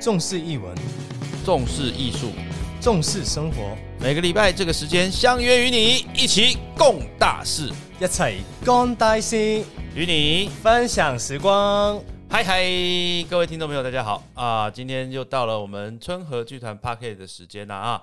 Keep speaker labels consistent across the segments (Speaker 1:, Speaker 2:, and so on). Speaker 1: 重视译文，
Speaker 2: 重视艺术，
Speaker 1: 重视生活，
Speaker 2: 每个礼拜这个时间相约与你一起共大事，
Speaker 1: 一齊干大事，
Speaker 2: 与你
Speaker 1: 分享时光。
Speaker 2: 嗨嗨，各位听众朋友，大家好啊！今天又到了我们春和剧团 p a r k e t 的时间了啊！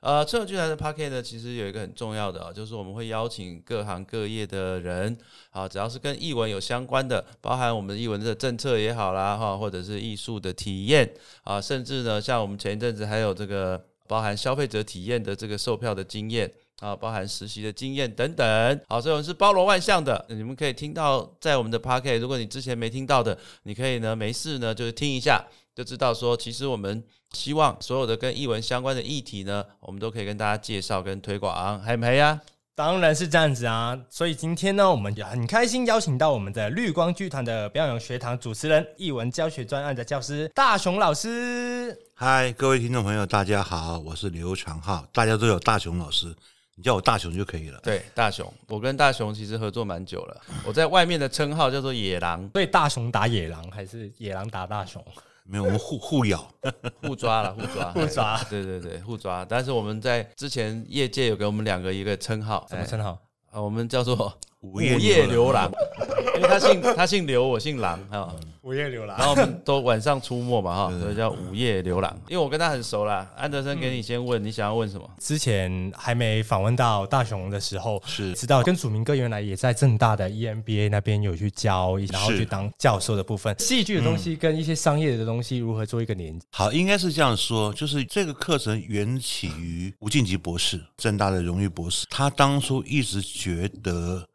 Speaker 2: 呃，春和剧团的 p a r k e t 呢，其实有一个很重要的啊，就是我们会邀请各行各业的人啊，只要是跟译文有相关的，包含我们译文的政策也好啦哈，或者是艺术的体验啊，甚至呢，像我们前一阵子还有这个包含消费者体验的这个售票的经验。啊，包含实习的经验等等，好，所以我们是包罗万象的。你们可以听到在我们的 p o c k e t 如果你之前没听到的，你可以呢没事呢就是听一下，就知道说其实我们希望所有的跟译文相关的议题呢，我们都可以跟大家介绍跟推广，啊还没呀、
Speaker 1: 当然是这样子啊，所以今天呢，我们也很开心邀请到我们的绿光剧团的表演学堂主持人、译文教学专案的教师大雄老师。
Speaker 3: 嗨，各位听众朋友，大家好，我是刘长浩，大家都有大雄老师，你叫我大雄就可以了。
Speaker 2: 对，大雄，我跟大雄其实合作蛮久 了，我在外面的称号叫做野狼，
Speaker 1: 所以大雄打野狼还是野狼打大雄？
Speaker 3: 没有，我们互互咬，
Speaker 2: 互抓 了，互抓，哎
Speaker 1: 互抓
Speaker 2: 对对对，互抓。但是我们在之前业界有给我们两个一个称号，
Speaker 1: 什么称号？
Speaker 2: 啊，我们叫做
Speaker 3: 午夜
Speaker 2: 流郎，因为他姓他姓刘，我姓郎啊，
Speaker 1: 午夜流狼
Speaker 2: 然后我们都晚上出没嘛哈，所以叫午夜流郎。因为我跟他很熟啦，安德森给你先问，你想要问什么？
Speaker 1: 之前还没访问到大雄的时候，
Speaker 3: 是
Speaker 1: 知道跟祖明哥原来也在正大的 E EMBA 那边有去教，然后
Speaker 3: 是
Speaker 1: 去当教授的部分，戏剧的东西跟一些商业的东西如何做一个连接。
Speaker 3: 好，应该是这样说，就是这个课程缘起于吴敬吉博士，正大的荣誉博士，他当初一直觉得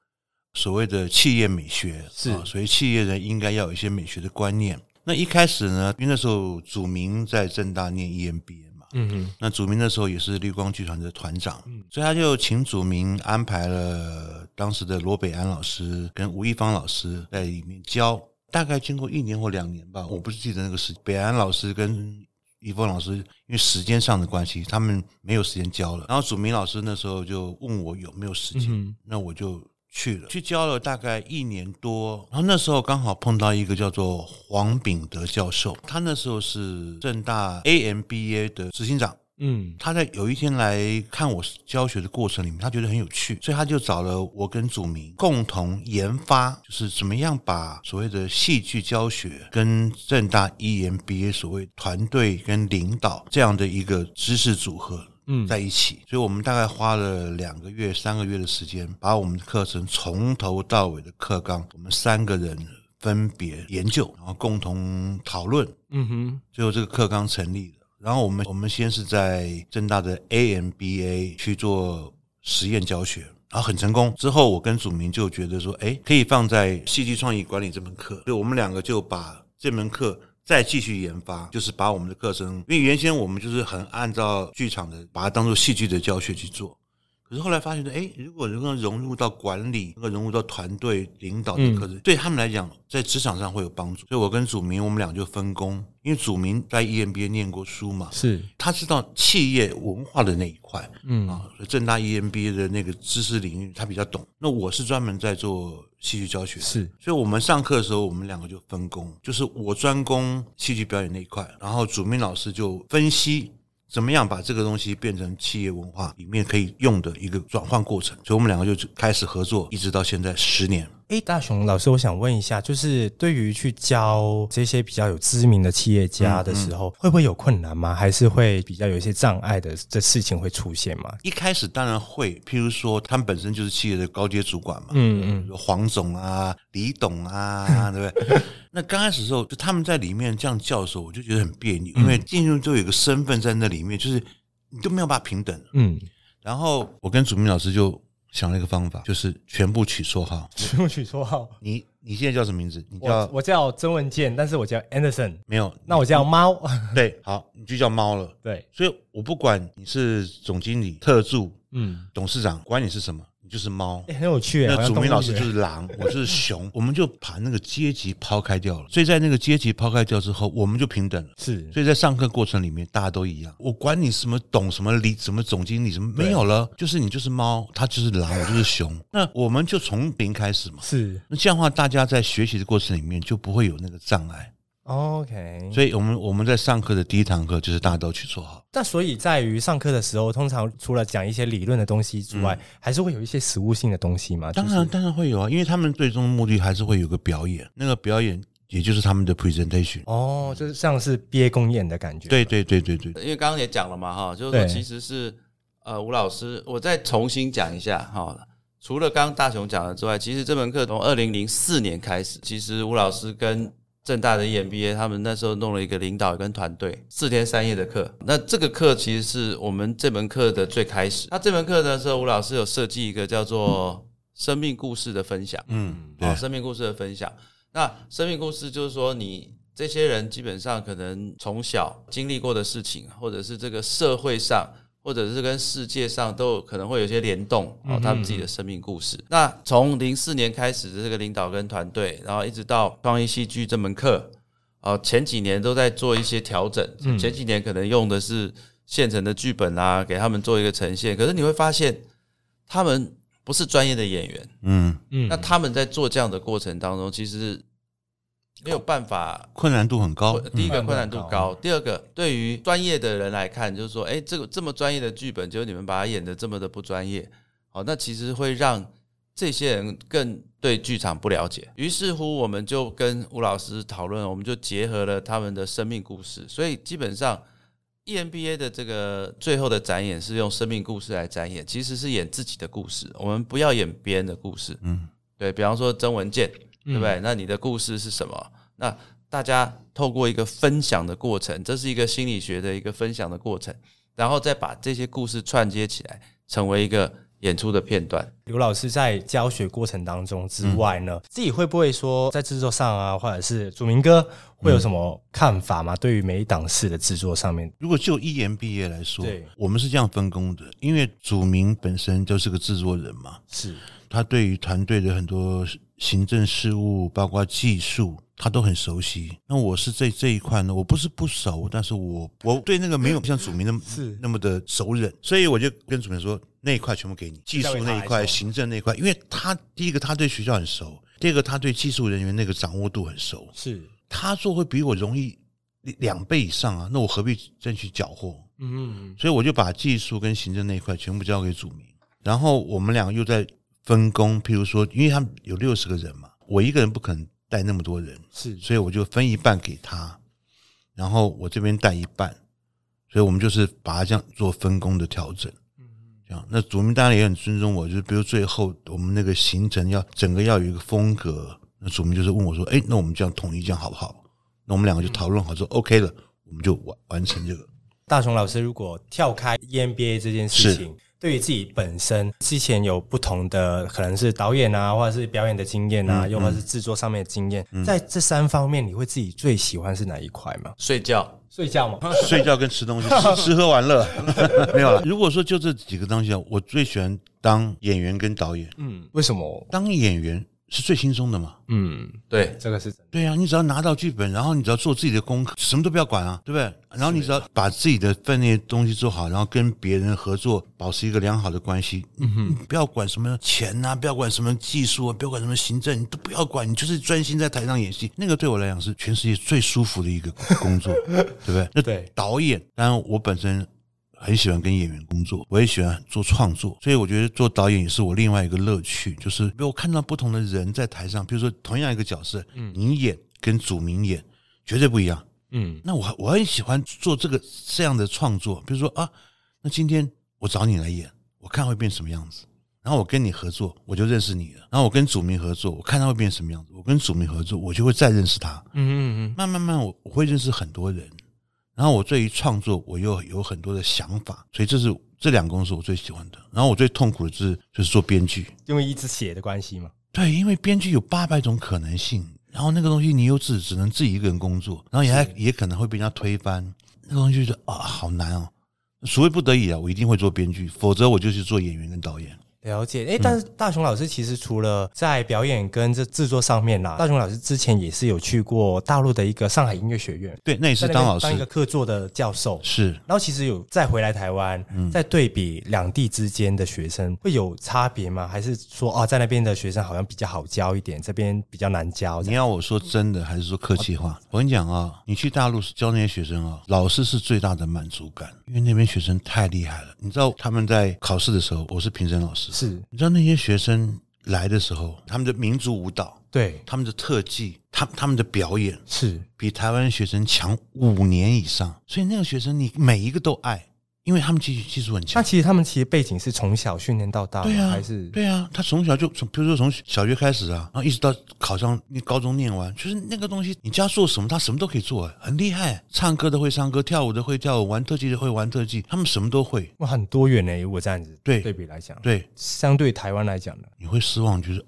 Speaker 3: 所谓的企业美学
Speaker 1: 是
Speaker 3: 啊所以企业人应该要有一些美学的观念。那一开始呢，因为那时候祖明在正大念 E EMBA 嘛，
Speaker 1: 嗯嗯，
Speaker 3: 那祖明那时候也是绿光剧团的团长，所以他就请祖明安排了当时的罗北安老师跟吴一芳老师在里面教。大概经过一年或两年吧，我不是记得那个时。北安老师跟一峰老师因为时间上的关系，他们没有时间教了。然后祖明老师那时候就问我有没有时间，
Speaker 1: 嗯
Speaker 3: 那我就去了，去教了大概一年多。然后那时候刚好碰到一个叫做黄秉德教授，他那时候是正大 AMBA 的执行长。
Speaker 1: 嗯，
Speaker 3: 他在有一天来看我教学的过程里面，他觉得很有趣，所以他就找了我跟祖明共同研发，就是怎么样把所谓的戏剧教学跟正大 EMBA 所谓团队跟领导这样的一个知识组合。
Speaker 1: 嗯
Speaker 3: 在一起，所以我们大概花了两个月、三个月的时间，把我们的课程从头到尾的课纲，我们三个人分别研究，然后共同讨论，
Speaker 1: 嗯哼，
Speaker 3: 最后这个课纲成立了。然后我们我们先是在正大的 AMBA 去做实验教学，然后很成功。之后我跟祖明就觉得说，哎，可以放在戏剧创意管理这门课，所以我们两个就把这门课。再继续研发，就是把我们的课程，因为原先我们就是很按照剧场的，把它当做戏剧的教学去做。可是后来发现说，哎，如果能够融入到管理，能够融入到团队领导的课程，对他们来讲，在职场上会有帮助。所以我跟祖明，我们俩就分工，因为祖明在 E EMBA 念过书嘛，
Speaker 1: 是，
Speaker 3: 他知道企业文化的那一块
Speaker 1: 嗯
Speaker 3: 啊，所以正大 EMBA 的那个知识领域他比较懂。那我是专门在做戏剧教学的，
Speaker 1: 是，
Speaker 3: 所以我们上课的时候，我们两个就分工，就是我专攻戏剧表演那一块，然后主明老师就分析怎么样把这个东西变成企业文化里面可以用的一个转换过程。所以我们两个就开始合作，一直到现在十年。
Speaker 1: 哎，大雄老师，我想问一下，就是对于去教这些比较有知名的企业家的时候，会不会有困难吗？还是会比较有一些障碍的这事情会出现吗？
Speaker 3: 一开始当然会，譬如说他们本身就是企业的高阶主管嘛，
Speaker 1: 嗯
Speaker 3: 比如说黄总啊、李董 啊，对不对？那刚开始的时候，就他们在里面这样叫的时候，我就觉得很别
Speaker 1: 嗯
Speaker 3: 扭，因为进入就有一个身份在那里面，就是你都没有办法平等。
Speaker 1: 嗯，
Speaker 3: 然后我跟祖明老师就想了一个方法，就是全部取绰号。
Speaker 1: 不取绰号，
Speaker 3: 你你现在叫什么名字？你
Speaker 1: 我
Speaker 3: 叫
Speaker 1: 我叫曾文健，但是我叫 Anderson，
Speaker 3: 没有？
Speaker 1: 那我叫猫。
Speaker 3: 对，好，你就叫猫了。
Speaker 1: 对，
Speaker 3: 所以我不管你是总经理、特助、
Speaker 1: 嗯，
Speaker 3: 董事长，管你是什么，你就是猫。
Speaker 1: 欸很有趣欸。好
Speaker 3: 那
Speaker 1: 像
Speaker 3: 祖
Speaker 1: 动
Speaker 3: 明
Speaker 1: 物
Speaker 3: 老师
Speaker 1: 园
Speaker 3: 就是狼，我 就是熊，我们就把那个阶级抛开掉了。所以在那个阶级抛开掉之后，我们就平等了。
Speaker 1: 是
Speaker 3: 所以在上课过程里面，大家都一样，我管你什么懂什么理什么总经理什么没有了，就是你就是猫，他就是狼，我就是熊。那我们就从零开始嘛。
Speaker 1: 是，
Speaker 3: 那这样的话，大家在学习的过程里面就不会有那个障碍。
Speaker 1: OK，
Speaker 3: 所以我们我们在上课的第一堂课就是大家都去做好，
Speaker 1: 那所以在于上课的时候，通常除了讲一些理论的东西之外，还是会有一些实物性的东西嘛？
Speaker 3: 当
Speaker 1: 就
Speaker 3: 然
Speaker 1: 是
Speaker 3: 当然会有啊，因为他们最终目的还是会有个表演，那个表演也就是他们的 presentation。
Speaker 1: 哦，就是像是毕业公演的感觉。
Speaker 3: 对对对对对，
Speaker 2: 因为刚刚也讲了嘛，哈，就是说
Speaker 1: 对
Speaker 2: 其实是呃吴老师，我再重新讲一下哈。除了刚刚大雄讲的之外，其实这门课从二零零四年开始，其实吴老师跟正大的 E EMBA 他们那时候弄了一个领导跟团队四天三夜的课。那这个课其实是我们这门课的最开始。那这门课的时候，吴老师有设计一个叫做生命故事的分享。
Speaker 3: 嗯，对
Speaker 2: 哦，，生命故事的分享。那生命故事就是说，你这些人基本上可能从小经历过的事情，或者是这个社会上，或者是跟世界上都有可能会有一些联动哦，他们自己的生命故事。那从零四年开始的这个领导跟团队，然后一直到创意戏剧这门课，哦，前几年都在做一些调整，前几年可能用的是现成的剧本啊，给他们做一个呈现。可是你会发现，他们不是专业的演员。
Speaker 3: 嗯，
Speaker 1: 嗯
Speaker 2: 那他们在做这样的过程当中，其实没有办法。呃
Speaker 3: 困难度很高，
Speaker 2: 第一个
Speaker 1: 嗯
Speaker 2: 困难度
Speaker 1: 困难度
Speaker 2: 高，第二个对于专业的人来看，就是说，哎，这个这么专业的剧本，结果你们把它演的这么的不专业，好，那其实会让这些人更对剧场不了解。于是乎，我们就跟吴老师讨论，我们就结合了他们的生命故事，所以基本上，E EMBA 的这个最后的展演是用生命故事来展演，其实是演自己的故事，我们不要演别人的故事。
Speaker 3: 嗯，
Speaker 2: 对比方说曾文健，对
Speaker 1: 嗯
Speaker 2: 不对？那你的故事是什么？那大家透过一个分享的过程，这是一个心理学的一个分享的过程，然后再把这些故事串接起来，成为一个演出的片段。
Speaker 1: 刘老师在教学过程当中之外呢，
Speaker 3: 嗯
Speaker 1: 自己会不会说在制作上啊，或者是祖明哥会有什么看法吗？对于每一档事的制作上面，
Speaker 3: 如果就一言毕业来说
Speaker 1: 对，
Speaker 3: 我们是这样分工的，因为祖明本身就是个制作人嘛，
Speaker 1: 是
Speaker 3: 他对于团队的很多行政事务，包括技术，他都很熟悉。那我是这这一块呢，我不是不熟，但是我我对那个没有像祖明那么
Speaker 1: 是
Speaker 3: 那么的熟人，所以我就跟祖明说，那一块全部给你，技术那
Speaker 1: 交
Speaker 3: 一
Speaker 1: 给他来
Speaker 3: 块，
Speaker 1: 做
Speaker 3: 行政那一块，因为他第一个他对学校很熟，第二个他对技术人员那个掌握度很熟，
Speaker 1: 是，
Speaker 3: 他做会比我容易两倍以上啊，那我何必再去缴获？
Speaker 1: 嗯，
Speaker 3: 所以我就把技术跟行政那一块全部交给祖明，然后我们两个又在分工，譬如说，因为他们有六十个人嘛，我一个人不可能带那么多人，
Speaker 1: 是
Speaker 3: 所以我就分一半给他，然后我这边带一半，所以我们就是把它这样做分工的调整。这样，那祖明当然也很尊重我，就是比如最后我们那个行程要整个要有一个风格，那祖明就是问我说：“哎，那我们这样统一这样好不好？”那我们两个就讨论好说、OK 了，我们就完完成这个。
Speaker 1: 大雄老师如果跳开 EMBA 这件事情，对于自己本身之前有不同的，可能是导演啊，或者是表演的经验啊，又或者是制作上面的经验，在这三方面，你会自己最喜欢是哪一块吗？嗯
Speaker 2: 睡觉，
Speaker 1: 睡觉吗？
Speaker 3: 睡觉跟吃东西，吃吃喝玩乐 没有了。如果说就这几个东西啊，我最喜欢当演员跟导演。
Speaker 1: 嗯，为什么？
Speaker 3: 当演员是最轻松的嘛？
Speaker 1: 嗯，
Speaker 2: 对，
Speaker 1: 这个是真的。
Speaker 3: 对啊，你只要拿到剧本，然后你只要做自己的功课，什么都不要管啊，对不对？然后你只要把自己的分内东西做好，然后跟别人合作，保持一个良好的关系。嗯不要管什么钱呐、不要管什么技术啊，不要管什么行政，你都不要管，你就是专心在台上演戏。那个对我来讲是全世界最舒服的一个工作， 对不对？那
Speaker 1: 对
Speaker 3: 导演，当然我本身。很喜欢跟演员工作，我也喜欢做创作，所以我觉得做导演也是我另外一个乐趣，就是比如我看到不同的人在台上，比如说同样一个角色，你演跟祖明演绝对不一样。
Speaker 1: 嗯，
Speaker 3: 那我我很喜欢做这个这样的创作，比如说啊，那今天我找你来演，我看会变什么样子。然后我跟你合作，我就认识你了。然后我跟祖明合作，我看他会变什么样子。我跟祖明合作，我就会再认识他。
Speaker 1: 嗯嗯
Speaker 3: 慢慢慢我，我会认识很多人。然后我对于创作，我又有很多的想法，所以这是这两个工作我最喜欢的。然后我最痛苦的就是就是做编剧，
Speaker 1: 嗯，因为一直写的关系嘛。
Speaker 3: 对，因为编剧有八百种可能性，然后那个东西你又只只能自己一个人工作，然后也还也可能会被人家推翻，那个东西就是啊，好难哦。所谓不得已啊，我一定会做编剧，否则我就去做演员跟导演。
Speaker 1: 了解，哎、但是大雄老师其实除了在表演跟这制作上面啦，啊大雄老师之前也是有去过大陆的一个上海音乐学院，
Speaker 3: 对，那也是
Speaker 1: 在那
Speaker 3: 当
Speaker 1: 边
Speaker 3: 老
Speaker 1: 当一个
Speaker 3: 师，
Speaker 1: 客座的教授。
Speaker 3: 是
Speaker 1: 然后其实有再回来台湾，
Speaker 3: 嗯
Speaker 1: 再对比两地之间的学生会有差别吗？还是说啊，在那边的学生好像比较好教一点，这边比较难教？
Speaker 3: 你要我说真的还是说客气话？我跟你讲啊，你去大陆教那些学生啊，老师是最大的满足感，因为那边学生太厉害了。你知道他们在考试的时候，我是评审老师，
Speaker 1: 是
Speaker 3: 你知道那些学生来的时候，他们的民族舞蹈、
Speaker 1: 对，
Speaker 3: 他们的特技、他他们的表演，
Speaker 1: 是
Speaker 3: 比台湾学生强五年以上，所以那个学生你每一个都爱，因为他们技术技术很
Speaker 1: 那
Speaker 3: 强。
Speaker 1: 其实他们其实背景是从小训练到大吗，
Speaker 3: 对啊
Speaker 1: 还，是
Speaker 3: 对啊，他从小就从，比如说从小学开始啊，然后一直到考上那高中念完，就是那个东西，你叫他做什么，他什么都可以做，很厉害。唱歌的会唱歌，跳舞的会跳舞，玩特技的会玩特技，他们什么都会。
Speaker 1: 哇很多元呢、如果这样子
Speaker 3: 对
Speaker 1: 对比来讲，
Speaker 3: 对，
Speaker 1: 相对台湾来讲呢，
Speaker 3: 你会失望，就是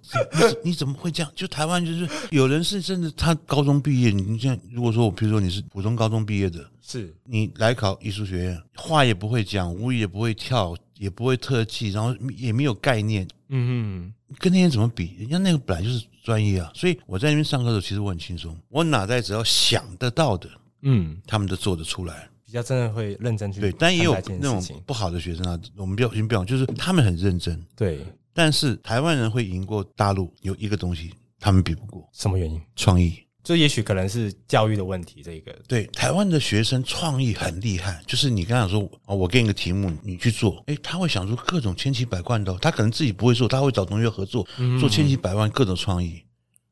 Speaker 3: 你你怎么会这样？就台湾就是有人是真的，他高中毕业，你这样如果说我，比如说你是普通高中毕业的，
Speaker 1: 是
Speaker 3: 你来考艺术学院，话也不会讲，舞也不会跳，也不会特技，然后也没有概念，
Speaker 1: 嗯嗯，
Speaker 3: 跟那些人怎么比？人家那个本来就是专业啊，所以我在那边上课的时候，其实我很轻松，我脑袋只要想得到的，
Speaker 1: 嗯，
Speaker 3: 他们都做得出来。
Speaker 1: 比较真的会认真去
Speaker 3: 对，但也有
Speaker 1: 看待这件
Speaker 3: 那
Speaker 1: 事
Speaker 3: 种
Speaker 1: 情，
Speaker 3: 不好的学生啊，我们不要先不要，就是他们很认真，
Speaker 1: 对，
Speaker 3: 但是台湾人会赢过大陆有一个东西，他们比不过
Speaker 1: 什么原因？
Speaker 3: 创意。
Speaker 1: 就也许可能是教育的问题，这个
Speaker 3: 对，台湾的学生创意很厉害，就是你刚才说，哦，我给你个题目，你去做，诶，他会想出各种千奇百怪的哦，他可能自己不会做，他会找同学合作，做千奇百万各种创意。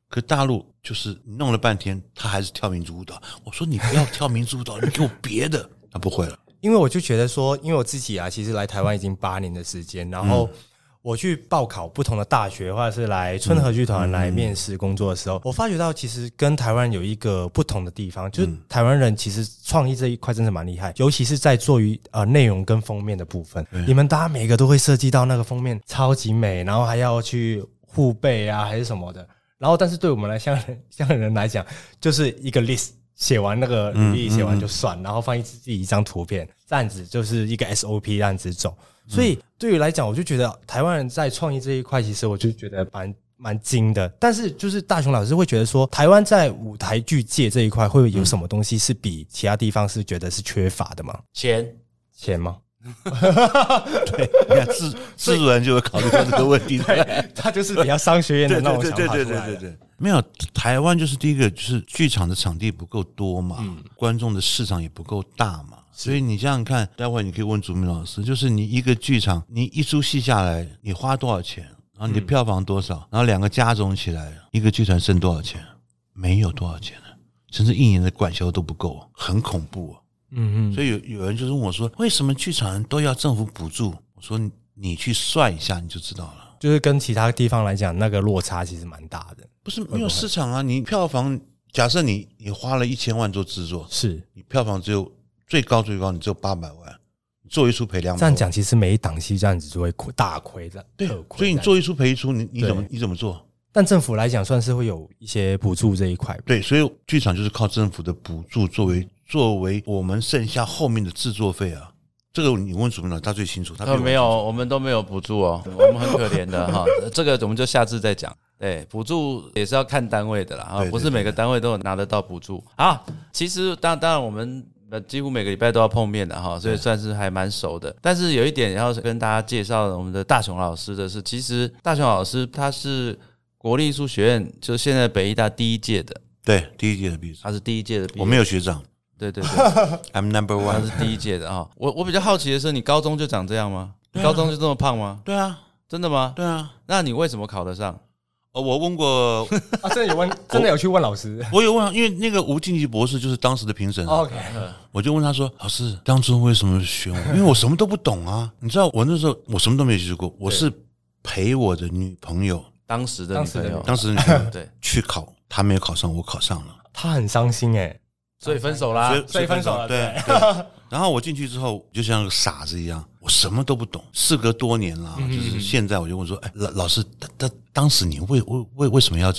Speaker 3: 可大陆就是弄了半天，他还是跳民族舞蹈。我说你不要跳民族舞蹈，你给我别的。他不会了，
Speaker 1: 因为我就觉得说，因为我自己啊，其实来台湾已经八年的时间，然后我去报考不同的大学，或者是来春和剧团来面试工作的时候，我发觉到其实跟台湾有一个不同的地方，就是台湾人其实创意这一块真的蛮厉害，尤其是在做于呃内容跟封面的部分，你们大家每个都会设计到那个封面超级美，然后还要去互背啊还是什么的，然后但是对我们来像人像人来讲，就是一个 list。写完那个履
Speaker 3: 嗯
Speaker 1: 历，写完就算，然后放一自己一张图片，这样子就是一个 SOP 这样子走。所
Speaker 3: 嗯
Speaker 1: 以对于来讲，我就觉得台湾人在创意这一块，其实我就觉得蛮蛮精的。但是就是大雄老师会觉得说，台湾在舞台剧界这一块会有什么东西是比其他地方是觉得是缺乏的吗？
Speaker 2: 钱
Speaker 1: 钱吗？
Speaker 3: 你看制制作人就会考虑到这个问题。
Speaker 1: 他就是比较商学院的那种想法出来的。
Speaker 3: 对，没有台湾就是第一个就是剧场的场地不够多嘛，
Speaker 1: 嗯
Speaker 3: 观众的市场也不够大嘛，所以你想想看，待会儿你可以问祖明老师，就是你一个剧场，你一出戏下来，你花多少钱，然后你的票房多
Speaker 1: 嗯
Speaker 3: 少，然后两个加总起来，一个剧团剩多少钱？没有多少钱了，甚至一年的管销都不够，很恐怖、啊。
Speaker 1: 嗯嗯，
Speaker 3: 所以有有人就是问我说，为什么剧场都要政府补助？我说你你去算一下你就知道了。
Speaker 1: 就是跟其他地方来讲，那个落差其实蛮大的。
Speaker 3: 不是没有市场啊！你票房，假设你你花了一千万做制作，
Speaker 1: 是
Speaker 3: 你票房只有最高最高你只有八百万，你做一出赔两百。
Speaker 1: 这样，讲，其实每一档戏这样子就会亏大亏的，
Speaker 3: 对
Speaker 1: 特，亏这
Speaker 3: 所以你
Speaker 1: 样
Speaker 3: 做一出赔一出，你你
Speaker 1: 对
Speaker 3: 怎么你怎么做？
Speaker 1: 但政府来讲，算是会有一些补助这一块。
Speaker 3: 对，所以剧场就是靠政府的补助作为作为我们剩下后面的制作费啊。这个你问主编长，他最清楚，他啊比
Speaker 2: 呃
Speaker 3: 我
Speaker 2: 没有，我们都没有补助哦，我们很可怜的哈。这个我们就下次再讲。对，补助也是要看单位的啦，啊
Speaker 3: 对，对
Speaker 2: 不是每个单位都有拿得到补助啊。其实当当然我们。呃，几乎每个礼拜都要碰面的哈，所以算是还蛮熟的。但是有一点要跟大家介绍我们的大雄老师的是，其实大雄老师他是国立艺术学院，就是现在北艺大第一届的，
Speaker 3: 对第一届的毕业生，
Speaker 2: 他是第一届啊的毕业。
Speaker 3: 我没有学长
Speaker 2: 对对对，
Speaker 3: ，I'm number
Speaker 2: 他
Speaker 3: one。
Speaker 2: 是第一届的啊、我我比较好奇的是，你高中就长这样吗？
Speaker 3: 啊
Speaker 2: 你高中就这么胖吗？
Speaker 3: 对啊，
Speaker 2: 真的吗？
Speaker 3: 对啊。
Speaker 2: 那你为什么考得上？
Speaker 3: 哦，我问过，
Speaker 1: 啊，真的有问，真的有去问老师。
Speaker 3: 我有问，因为那个吴敬吉博士就是当时的评审啊
Speaker 1: OK，
Speaker 3: 我就问他说：“老师，当初为什么选我？因为我什么都不懂啊！ 你知道，我那时候我什么都没学过，我是陪我的女朋友，
Speaker 2: 当时的
Speaker 1: 当
Speaker 2: 女
Speaker 1: 时的
Speaker 2: 朋友
Speaker 1: 女，
Speaker 3: 当时的女朋友
Speaker 2: 对，
Speaker 3: 去考，她没有考上，我考上了，
Speaker 1: 他很伤心哎、
Speaker 2: 啊所以分手啦
Speaker 3: 所。以
Speaker 1: 所以分手了
Speaker 3: 对。对然后我进去之后，就像个傻子一样，我什么都不懂。事隔多年了啊，就是现在，我就问说：‘哎，老老师，当当当时你为为为为什么要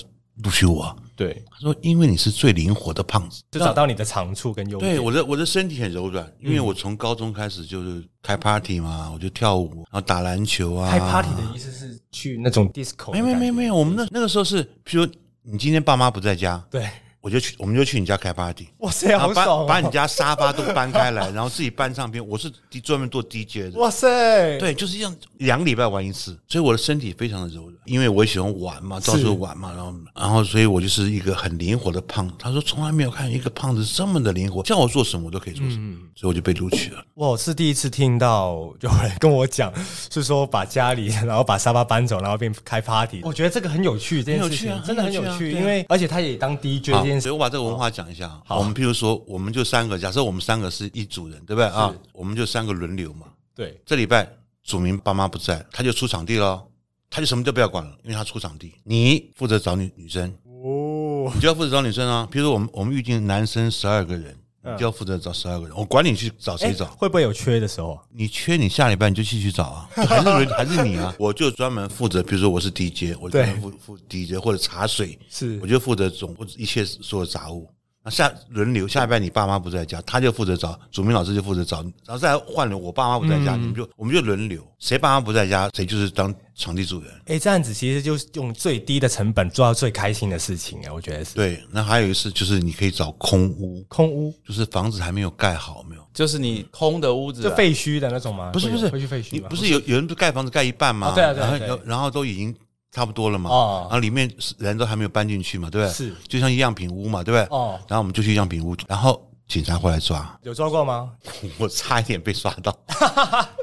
Speaker 3: 录取我啊？’
Speaker 4: 对，
Speaker 3: 他说：“因为你是最灵活的胖子。
Speaker 1: 就找到你的长处跟优
Speaker 3: 对，
Speaker 1: 点。
Speaker 3: 我的我的身体很柔软，因为
Speaker 1: 嗯
Speaker 3: 我从高中开始就是开 party 嘛，我就跳舞，然后打篮球啊。
Speaker 1: 开 party 的意思是去那种 disco，
Speaker 3: 没有没有没有没
Speaker 1: 有，
Speaker 3: 有，我们那那个时候是，譬如你今天爸妈不在家，
Speaker 1: 对，
Speaker 3: 我就去，我们就去你家开 party。
Speaker 1: 哇塞，
Speaker 3: 然后
Speaker 1: 好
Speaker 3: 把
Speaker 1: 爽哦！
Speaker 3: 啊把你家沙发都搬开来，然后自己搬唱片。我是专门做 DJ 的，
Speaker 1: 哇塞，
Speaker 3: 对，就是这样，两个礼拜玩一次，所以我的身体非常的柔软，因为我也喜欢玩嘛，到处玩嘛，然后然后所以我就是一个很灵活的胖子。他说从来没有看一个胖子这么的灵活，叫我做什么我都可以做什
Speaker 1: 嗯
Speaker 3: 么，所以我就被录取了。
Speaker 1: 我是第一次听到有人跟我讲，是说把家里，然后把沙发搬走，然后变开 party。我觉得这个很有趣，这件事情
Speaker 3: 很有趣啊
Speaker 1: 真的很有
Speaker 3: 很有
Speaker 1: 趣，
Speaker 3: 趣啊
Speaker 1: 因为而且他也当 DJ 这
Speaker 3: 好，
Speaker 1: 件事
Speaker 3: 所以。我把这个文化讲一下啊。我们譬如说，我们就三个，假设我们三个是一组人，对不对啊？我们就三个轮流嘛。
Speaker 1: 对，
Speaker 3: 这礼拜祖明爸妈不在，他就出场地了，他就什么都不要管了，因为他出场地。你负责找女女生，
Speaker 1: 哦，
Speaker 3: 你就要负责找女生啊。比如说我们我们预定男生十二个人，你就要负责找十二个人，我管你去找谁找。
Speaker 1: 会不会有缺的时候啊？
Speaker 3: 你缺你下礼拜你就继续找啊，还是轮还是你啊？ 我就专门负责，比如说我是 DJ，我就
Speaker 1: 对
Speaker 3: 专门负负 DJ 或者茶水，
Speaker 1: 是
Speaker 3: 我就负责总一切所有杂物。那下轮流，下礼拜你爸妈不在家，他就负责找祖明老师就负责找，然后再换轮，我爸妈不在家，你
Speaker 1: 嗯
Speaker 3: 们就我们就轮流，谁爸妈不在家，谁就是当场地主人。
Speaker 1: 哎、这样子其实就是用最低的成本做到最开心的事情啊，我觉得是。
Speaker 3: 对，那还有一次就是你可以找空屋，
Speaker 1: 空屋
Speaker 3: 就是房子还没有盖好，没有。
Speaker 2: 就是你空的屋子
Speaker 1: 就
Speaker 2: 啊，
Speaker 1: 废墟的那种吗？
Speaker 3: 不是
Speaker 1: 会
Speaker 3: 不
Speaker 1: 有
Speaker 3: 是
Speaker 1: 会去废墟
Speaker 3: 你
Speaker 1: 吗？
Speaker 3: 不是有有人不是盖房子盖一半吗？
Speaker 1: 哦对啊对啊
Speaker 3: 然
Speaker 1: 对
Speaker 3: 后然后都已经差不多了嘛，
Speaker 1: 哦
Speaker 3: 然后里面人都还没有搬进去嘛，对不对？
Speaker 1: 是
Speaker 3: 就像样品屋嘛，对不对？
Speaker 1: 哦
Speaker 3: 然后我们就去样品屋，然后警察会来抓，
Speaker 1: 有抓过吗？
Speaker 3: 我差一点被抓 到，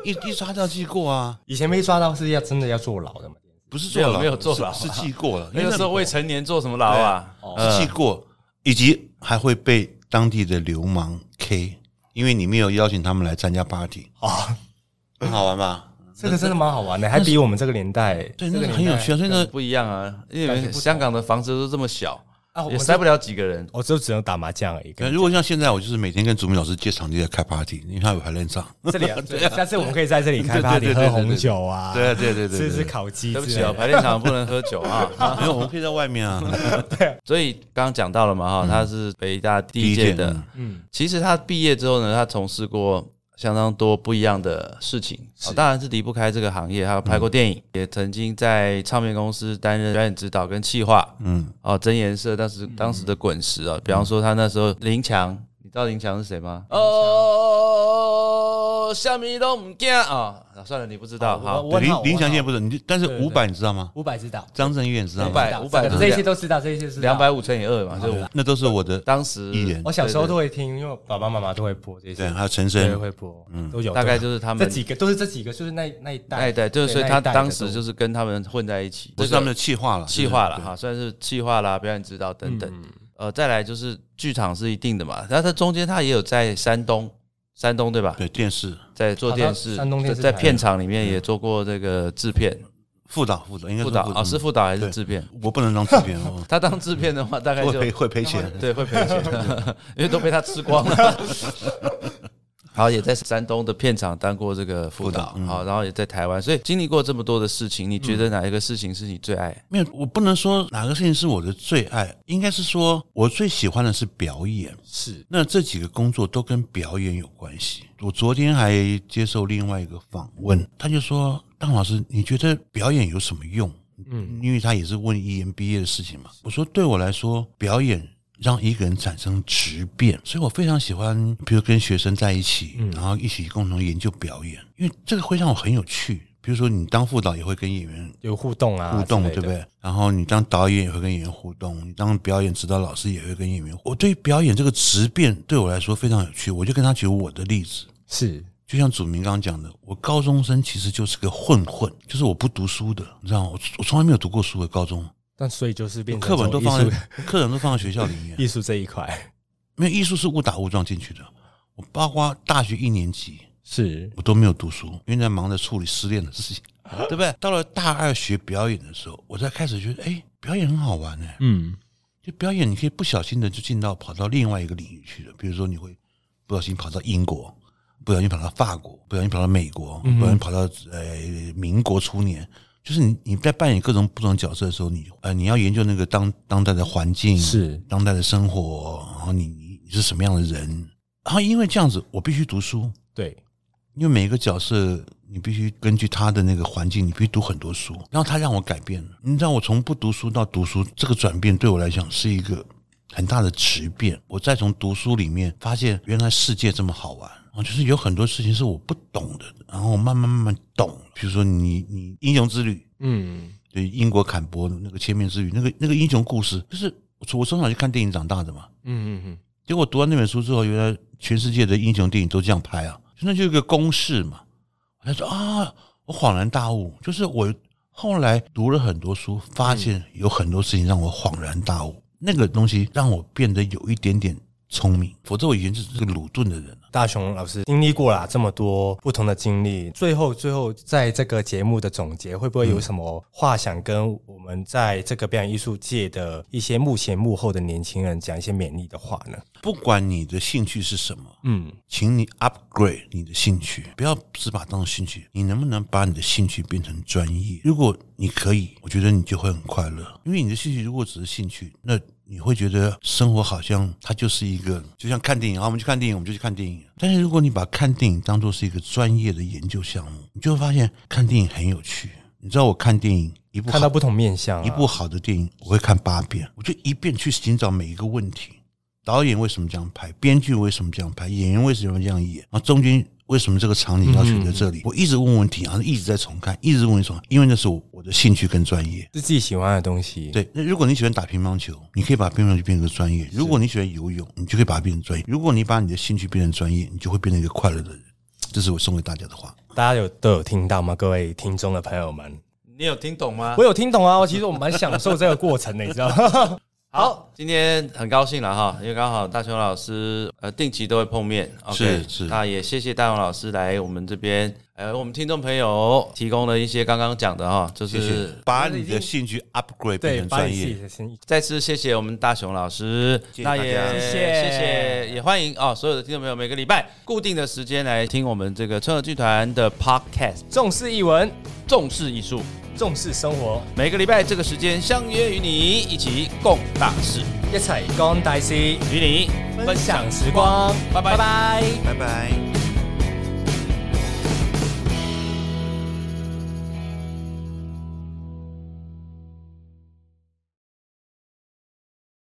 Speaker 3: 一一抓到记过啊，
Speaker 1: 以前被抓到是要真的要坐牢的吗？
Speaker 3: 不是坐牢，
Speaker 2: 没有没有坐牢啊
Speaker 3: 是是记过了，因
Speaker 2: 那
Speaker 3: 为
Speaker 2: 个时候未成年做什么牢啊？
Speaker 1: 哦
Speaker 3: 是记过，以及还会被当地的流氓 K，因为你没有邀请他们来参加 party，
Speaker 1: 啊，
Speaker 3: 很好玩吧？
Speaker 1: 这个真的蛮好玩的，还比我们这个年代
Speaker 3: 对，那个很有趣啊，所以呢，
Speaker 2: 不一样啊，因
Speaker 1: 感觉
Speaker 2: 为
Speaker 1: 不同
Speaker 2: 香港的房子都这么小，
Speaker 1: 啊，我
Speaker 2: 也
Speaker 1: 们
Speaker 2: 塞不了几个人。
Speaker 1: 我就只能打麻将而已。
Speaker 3: 那如果像现在，我就是每天跟祖明老师借场地在开 party，因为他有排练 场。
Speaker 1: 这里啊，对下次我们可以在这里开
Speaker 3: 对对
Speaker 1: party
Speaker 3: 对对
Speaker 1: 喝
Speaker 3: 对
Speaker 1: 红
Speaker 3: 对
Speaker 1: 酒啊，
Speaker 3: 对啊对对对对
Speaker 1: 吃吃
Speaker 3: 对啊
Speaker 1: 烤鸡
Speaker 2: 对不
Speaker 1: 之
Speaker 2: 起
Speaker 1: 类
Speaker 2: 哦，
Speaker 1: 的。
Speaker 2: 排练场不能喝酒 啊。
Speaker 3: 没有，我们可以在外 面啊。
Speaker 2: 所以刚刚讲到了嘛哈，他是北大第一届的，嗯，其实他毕业之后呢，他从事过相当多不一样的事情，哦当然是离不开这个行业，还有拍过电影，
Speaker 1: 嗯
Speaker 2: 也曾经在唱片公司担任表演指导跟企划，嗯，哦，真颜色当
Speaker 1: 嗯
Speaker 2: 时当时的滚石啊，比方说他那时候林强，你知道林强是谁吗？哦，虾米都唔惊啊，算了，你不知道，好，
Speaker 1: 我
Speaker 3: 林林强现在不是你，但是
Speaker 1: 对对
Speaker 3: 伍佰你知道吗？
Speaker 1: 五百知道，
Speaker 3: 张震岳你知道
Speaker 2: 伍
Speaker 3: 吗？
Speaker 2: 佰伍佰
Speaker 1: 这个这些都知道，这些是
Speaker 2: 两百。五乘以二嘛，就
Speaker 3: 那都是我的
Speaker 2: 当时
Speaker 3: 艺人
Speaker 1: 我小时候都会听，因为我爸爸妈妈都会播这
Speaker 3: 对，嗯
Speaker 1: 些，
Speaker 3: 还有陈
Speaker 1: 对，
Speaker 3: 升，
Speaker 1: 会播，都有。
Speaker 2: 大概
Speaker 1: 都有
Speaker 2: 就是他
Speaker 1: 这
Speaker 2: 们
Speaker 1: 几个，都是这几个，就是那那一代。
Speaker 2: 那一代，哎就是所以
Speaker 1: 对那一
Speaker 2: 他
Speaker 1: 代的
Speaker 2: 当
Speaker 1: 都
Speaker 2: 时就是跟他们混在一起，
Speaker 3: 这是他们的气话了，
Speaker 2: 气化了哈，算是气化啦、表演指导等
Speaker 3: 嗯
Speaker 2: 等。呃，再来就是剧场是一定的嘛，然后他中间他也有在山东，山东对吧？
Speaker 3: 对电视
Speaker 2: 在做
Speaker 1: 好
Speaker 2: 电
Speaker 1: 像
Speaker 2: 视，
Speaker 1: 山东电视
Speaker 2: 在在
Speaker 1: 台
Speaker 2: 片场里面也做过这个制片
Speaker 3: 副导副导应该
Speaker 2: 副
Speaker 3: 是
Speaker 2: 导啊，是副导还是
Speaker 3: 对
Speaker 2: 制片？，
Speaker 3: 我不能当制片哦
Speaker 2: 他当制片的话，大概
Speaker 3: 会
Speaker 2: 就
Speaker 3: 赔会赔钱。
Speaker 2: 对，会赔钱， 因为都被他吃光了。 然后也在山东的片场当过这个辅导，
Speaker 3: 嗯
Speaker 2: 好，然后也在台湾，所以经历过这么多的事情，你觉得哪一个事情是你最爱？
Speaker 3: 没有，我不能说哪个事情是我的最爱，应该是说我最喜欢的是表演。
Speaker 1: 是
Speaker 3: 那这几个工作都跟表演有关系。我昨天还接受另外一个访问，他就说：“当老师，你觉得表演有什么用？”嗯，因为他也是问 EMBA 的事情嘛。我说：“对我来说，表演。”让一个人产生质变，所以我非常喜欢，比如跟学生在一起，然后一起共同研究表演，因为这个会让我很有趣。比如说，你当副导也会跟演员
Speaker 1: 有互动啊，
Speaker 3: 互动，
Speaker 1: 之类的
Speaker 3: 对不？对？然后你当导演也会跟演员互动，你当表演指导老师也会跟演员互。我对表演这个质变对我来说非常有趣，我就跟他举我的例子。
Speaker 1: 是
Speaker 3: 就像祖明刚刚讲的，我高中生其实就是个混混，就是我不读书的，你知道吗？我我从来没有读过书的高 中，
Speaker 1: 但所以就是变成
Speaker 3: 课本都
Speaker 1: 这种艺
Speaker 3: 放
Speaker 1: 术
Speaker 3: 在 课本都放在学校里面，
Speaker 1: 艺 术这一块，
Speaker 3: 因为艺术是误打误撞进去的。我包括大学一年级，
Speaker 1: 是
Speaker 3: 我都没有读书，因为在忙着处理失恋的事情，对不对？到了大二学表演的时候，我才开始觉得，哎，表演很好玩呢、
Speaker 1: 嗯，
Speaker 3: 就表演，你可以不小心的就进到跑到另外一个领域去了。比如说，你会不小心跑到英国，不小心跑到法国，不小心跑到美国，不小心跑到呃民国初年，就是你你在扮演各种不同角色的时候，你呃你要研究那个当当代的环境，
Speaker 1: 是
Speaker 3: 当代的生活，然后你你你是什么样的人，然后因为这样子，我必须读书，
Speaker 1: 对，
Speaker 3: 因为每个角色你必须根据他的那个环境，你必须读很多书，然后他让我改变了，你知道我从不读书到读书这个转变对我来讲是一个很大的质变，我再从读书里面发现原来世界这么好玩。啊，就是有很多事情是我不懂的，然后慢慢慢慢懂。比如说你你英雄之旅，
Speaker 1: 嗯，
Speaker 3: 对英国坎伯那个《千面之旅》，那个那个英雄故事，就是我从我从小就看电影长大的嘛。
Speaker 1: 嗯嗯嗯，
Speaker 3: 结果读完那本书之后，原来全世界的英雄电影都这样拍啊，那就是一个公式嘛。我才说啊，我恍然大悟，就是我后来读了很多书，发现有很多事情让我恍然大悟，那个东西让我变得有一点点聪明，否则我以前就是个鲁钝的人啊。
Speaker 1: 大雄老师经历过啦这么多不同的经历，最后最后在这个节目的总结，会不会
Speaker 3: 嗯
Speaker 1: 有什么话想跟我们在这个表演艺术界的一些幕前幕后的年轻人讲一些勉励的话呢？
Speaker 3: 不管你的兴趣是什么，
Speaker 1: 嗯，
Speaker 3: 请你 upgrade 你的兴趣，不要只把它当成兴趣。你能不能把你的兴趣变成专业？如果你可以，我觉得你就会很快乐。因为你的兴趣如果只是兴趣，那你会觉得生活好像它就是一个，就像看电影，好，啊我们去看电影，我们就去看电影。但是如果你把看电影当做是一个专业的研究项目，你就会发现看电影很有趣。你知道我看电影一部好
Speaker 1: 看到不同面相、啊，
Speaker 3: 一部好的电影，我会看八遍，我就一遍去寻找每一个问题：导演为什么这样拍，编剧为什么这样拍，演员为什么这样演，啊，中间为什么这个场景要选择
Speaker 1: 嗯
Speaker 3: 这里？我一直问问题，然后一直在重看，一直问问重看，因为那是我我的兴趣跟专业。
Speaker 1: 是自己喜欢的东西，，
Speaker 3: 对，那如果你喜欢打乒乓球，你可以把乒乓球变成一个专业；如果你喜欢游泳，你就可以把它变成专业；如果你把你的兴趣变成专业，你就会变成一个快乐的人。这是我送给大家的话。
Speaker 1: 大家有都有听到吗？各位听众的朋友们，
Speaker 2: 你有听懂吗
Speaker 1: 我？有听懂啊，我其实我蛮享受这个过程的，你知道吗？
Speaker 2: 好，今天很高兴了哈，因为刚好大雄老师呃定期都会碰面，OK，
Speaker 3: 是是
Speaker 2: 那也谢谢大雄老师来我们这边，呃，我们听众朋友提供了一些刚刚讲的哈，就
Speaker 3: 谢谢
Speaker 2: 是，
Speaker 3: 把你的兴趣
Speaker 1: 呃
Speaker 3: upgrade 变
Speaker 1: 对，
Speaker 3: 成
Speaker 1: 把
Speaker 3: 专
Speaker 1: 你自己
Speaker 3: 业。
Speaker 1: 的心意
Speaker 2: 再次谢谢我们大雄老师，
Speaker 3: 谢谢
Speaker 2: 那
Speaker 3: 大
Speaker 2: 也
Speaker 3: 家
Speaker 1: 谢谢
Speaker 2: 谢谢，也欢迎啊、所有的听众朋友，每个礼拜固定的时间来听我们这个春和剧团的 Podcast，
Speaker 1: 重视译文，
Speaker 2: 重视艺术，
Speaker 1: 重视生活，
Speaker 2: 每个礼拜这个时间相约与你一起共大事，
Speaker 1: 一齐干大事，
Speaker 2: 与你
Speaker 1: 分享时光，
Speaker 2: 拜拜
Speaker 1: 拜拜
Speaker 3: 拜拜。